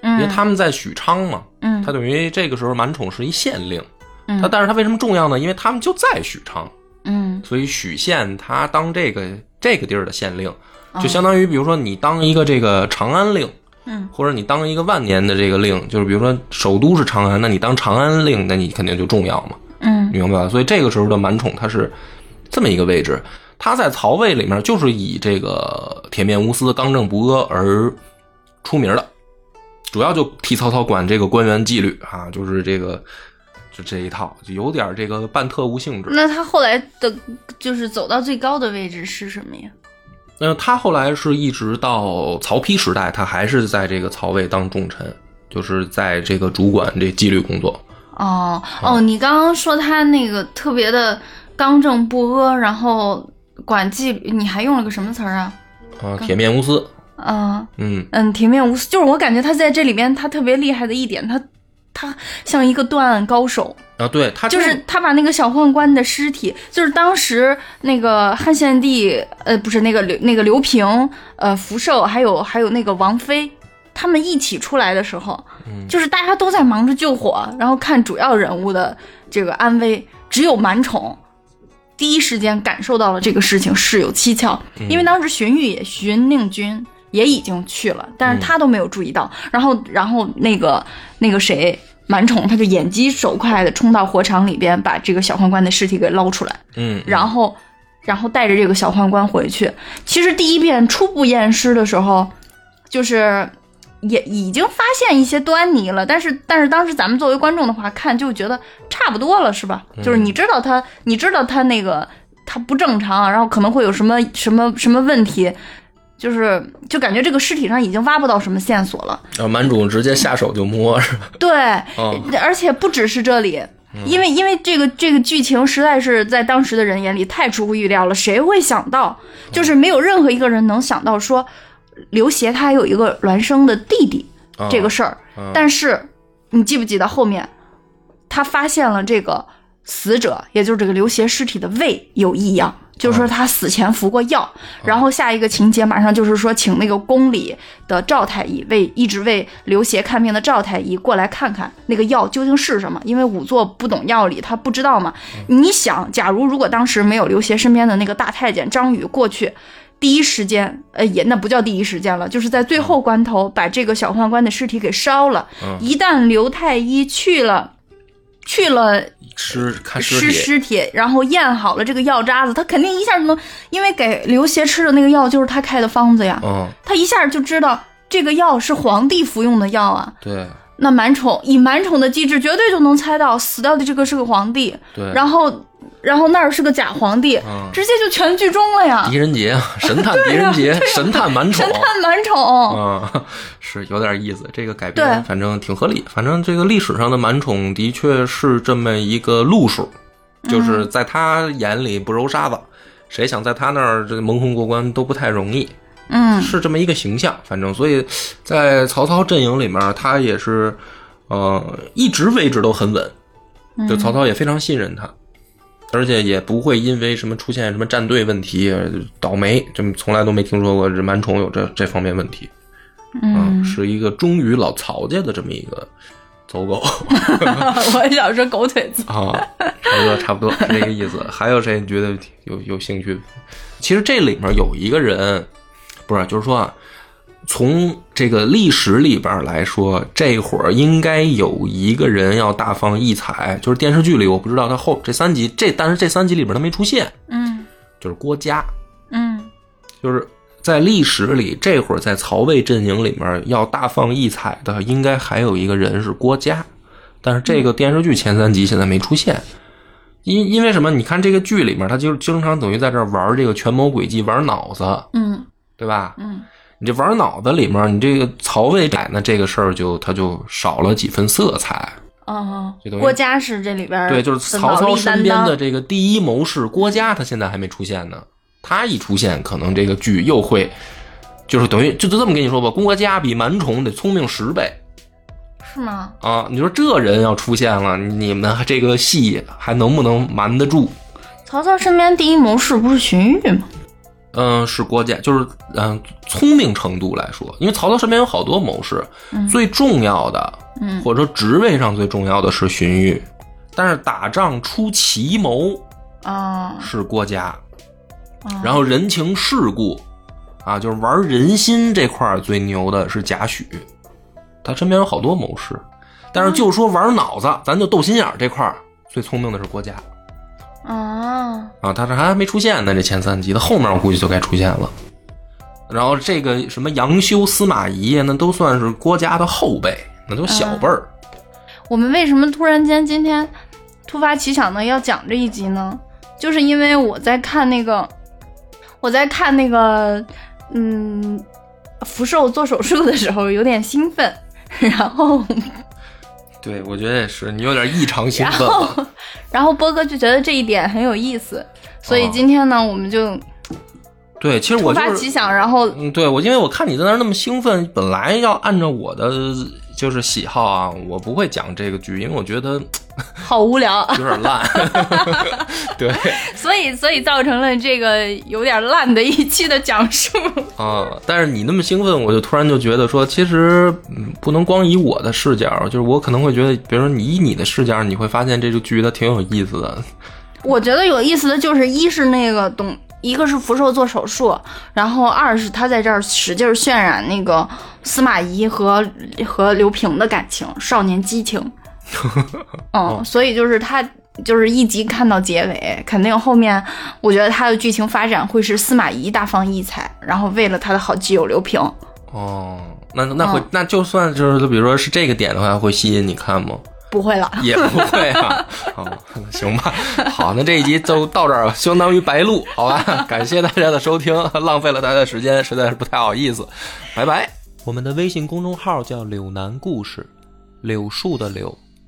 A: 因为
B: 嗯
A: 他们在许昌嘛，
B: 嗯
A: 他等于这个时候满宠是一县令。
B: 嗯
A: 他但是他为什么重要呢？因为他们就在许昌。
B: 嗯
A: 所以许县他当这个这个地儿的县令，就相当于比如说你当一个这个长安令，
B: 嗯，
A: 或者你当一个万年的这个令，就是比如说首都是长安，那你当长安令，那你肯定就重要嘛，
B: 嗯
A: 你明白吧？所以这个时候的满宠他是这么一个位置，他在曹魏里面就是以这个铁面无私、刚正不阿而出名的，主要就替曹操管这个官员纪律啊，就是这个就这一套，就有点这个半特务性质。
B: 那他后来的，就是走到最高的位置是什么呀？
A: 那他后来是一直到曹丕时代，他还是在这个曹魏当重臣，就是在这个主管这纪律工作。
B: 哦哦，你刚刚说他那个特别的刚正不阿，然后管纪律，你还用了个什么词儿啊？
A: 啊，铁面无私。
B: 嗯
A: 嗯，
B: 嗯，铁面无私，就是我感觉他在这里面他特别厉害的一点，他他像一个断案高手，
A: 啊，对他这
B: 就是他把那个小宦官的尸体，就是当时那个汉献帝，呃，不是那个刘那个刘平，呃，福寿，还有还有那个王妃，他们一起出来的时候，
A: 嗯
B: 就是大家都在忙着救火，然后看主要人物的这个安危，只有满宠。第一时间感受到了这个事情事有蹊跷，因为当时荀彧也荀令君也已经去了，但是他都没有注意到。然后，然后那个那个谁满宠，他就眼疾手快的冲到火场里边，把这个小宦官的尸体给捞出来，
A: 嗯，
B: 然后，然后带着这个小宦官回去。其实第一遍初步验尸的时候，就是也已经发现一些端倪了，但是但是当时咱们作为观众的话看就觉得差不多了，是吧？就是你知道他，你知道他那个他不正常，然后可能会有什么什么什么问题，就是就感觉这个尸体上已经挖不到什么线索了。
A: 啊，满主直接下手就摸 是吧？
B: 对，
A: 啊，
B: 而且不只是这里，因为因为这个这个剧情实在是在当时的人眼里太出乎预料了，谁会想到？就是没有任何一个人能想到说，刘协他还有一个孪生的弟弟
A: 啊
B: 这个事儿。
A: 啊
B: 但是你记不记得后面，他发现了这个死者，也就是这个刘协尸体的胃有异样。
A: 啊
B: 就是说他死前服过药，然后下一个情节马上就是说，请那个宫里的赵太医为一直为刘协看病的赵太医过来看看那个药究竟是什么，因为仵作不懂药理，他不知道嘛。
A: 嗯
B: 你想，假如如果当时没有刘协身边的那个大太监张宇过去，第一时间，呃，也那不叫第一时间了，就是在最后关头把这个小宦官的尸体给烧了。
A: 嗯
B: 一旦刘太医去了，去了
A: 吃看
B: 吃
A: 尸体，
B: 尸体，然后验好了这个药渣子，他肯定一下就能，因为给刘协吃的那个药就是他开的方子呀，
A: 嗯，
B: 他一下就知道这个药是皇帝服用的药啊。
A: 对
B: 那满宠以满宠的机智，绝对就能猜到死掉的这个是个皇帝，
A: 对，
B: 然后，然后那儿是个假皇帝，
A: 嗯
B: 直接就全剧终了呀
A: 狄。仁 杰啊，神探狄仁杰，神探满宠
B: 啊神。探满宠，
A: 啊， 是有点意思，这个改
B: 哦对
A: 编反正挺合理。反正这个历史上的满宠的确是这么一个路数，
B: 嗯
A: 就是在他眼里不揉沙子，谁想在他那儿这蒙混过关都不太容易。
B: 嗯，
A: 是这么一个形象。反正，所以在曹操阵营里面，他也是，呃，一直位置都很稳，
B: 嗯
A: 就曹操也非常信任他，而且也不会因为什么出现什么战队问题呃倒霉，这么从来都没听说过这满宠有这这方面问题。嗯，是一个忠于老曹家的这么一个走狗 嗯
B: 我想说狗腿子，
A: 啊，差不多差不多是这个意思。还有谁你觉得有有兴趣？其实这里面有一个人，不是，就是说啊，从这个历史里边来说，这会儿应该有一个人要大放异彩，就是电视剧里我不知道他后这三集这，但是这三集里边他没出现，
B: 嗯
A: 就是郭嘉，
B: 嗯
A: 就是在历史里这会儿在曹魏阵营里面要大放异彩的，应该还有一个人是郭嘉，但是这个电视剧前三集现在没出现。因因为什么？你看这个剧里面，他就经常等于在这儿玩这个权谋诡计，玩脑子，
B: 嗯
A: 对吧？
B: 嗯
A: 你这玩脑子里面，你这个曹魏改呢，这个事儿就它就少了几分色彩。
B: 哦
A: 这东，西
B: 郭嘉是这里边儿
A: 对，就是曹
B: 脑
A: 操
B: 力担
A: 身边
B: 当
A: 的这个第一谋士郭嘉，他现在还没出现呢。他一出现，可能这个剧又会，就是等于就就这么跟你说吧，郭嘉比满宠得聪明十倍
B: 是吗？
A: 啊！你说这人要出现了，你们这个戏还能不能瞒得住？
B: 曹操身边第一谋士不是荀彧吗？
A: 嗯，是郭嘉，就是嗯，聪明程度来说，因为曹操身边有好多谋士，最重要的，
B: 嗯
A: 或者说职位上最重要的是荀彧，但是打仗出奇谋
B: 啊、
A: 是郭嘉，
B: 哦
A: 然后人情世故啊，就是玩人心这块儿最牛的是贾诩，他身边有好多谋士，但是就说玩脑
B: 嗯
A: 子，咱就斗心眼儿这块儿最聪明的是郭嘉
B: 啊，
A: 啊，他这还没出现呢，这前三集，他后面我估计就该出现了。然后这个什么杨修、司马懿，那都算是郭嘉的后辈，那都小辈儿。
B: 嗯我们为什么突然间今天突发奇想的要讲这一集呢？就是因为我在看那个，我在看那个，嗯，福寿做手术的时候有点兴奋，然后，
A: 对，我觉得也是，你有点异常兴奋
B: 然
A: 了。
B: 后，然后波哥就觉得这一点很有意思，所以
A: 哦
B: 今天呢，我们就
A: 对，其实
B: 突
A: 我
B: 发
A: 就是
B: 奇想，然后
A: 嗯，对我，因为我看你在那儿那么兴奋，本来要按照我的就是喜好啊，我不会讲这个剧，因为我觉得
B: 好无聊，
A: 有点烂。 对，
B: 所以所以造成了这个有点烂的一期的讲述。
A: 啊、但是你那么兴奋，我就突然就觉得说，其实嗯，不能光以我的视角，就是我可能会觉得，比如说你以你的视角，你会发现这个剧它挺有意思的。
B: 我觉得有意思的就是，一是那个董，一个是福寿做手术，然后二是他在这儿使劲儿渲染那个司马懿和和刘平的感情，少年激情。嗯，所以就是他就是一集看到结尾，肯定后面我觉得他的剧情发展会是司马懿大放异彩，然后为了他的好基友刘平，
A: 哦，那那会、
B: 嗯
A: 那就算就是比如说是这个点的话，会吸引你看吗？
B: 不会了。
A: 也不会啊。哦，行吧，好，那这一集就到这儿吧，相当于白录，好吧？ 感谢大家的收听，浪费了大家的时间，实在是不太好意思，拜拜。我们的微信公众号叫“柳南故事”，柳树的柳，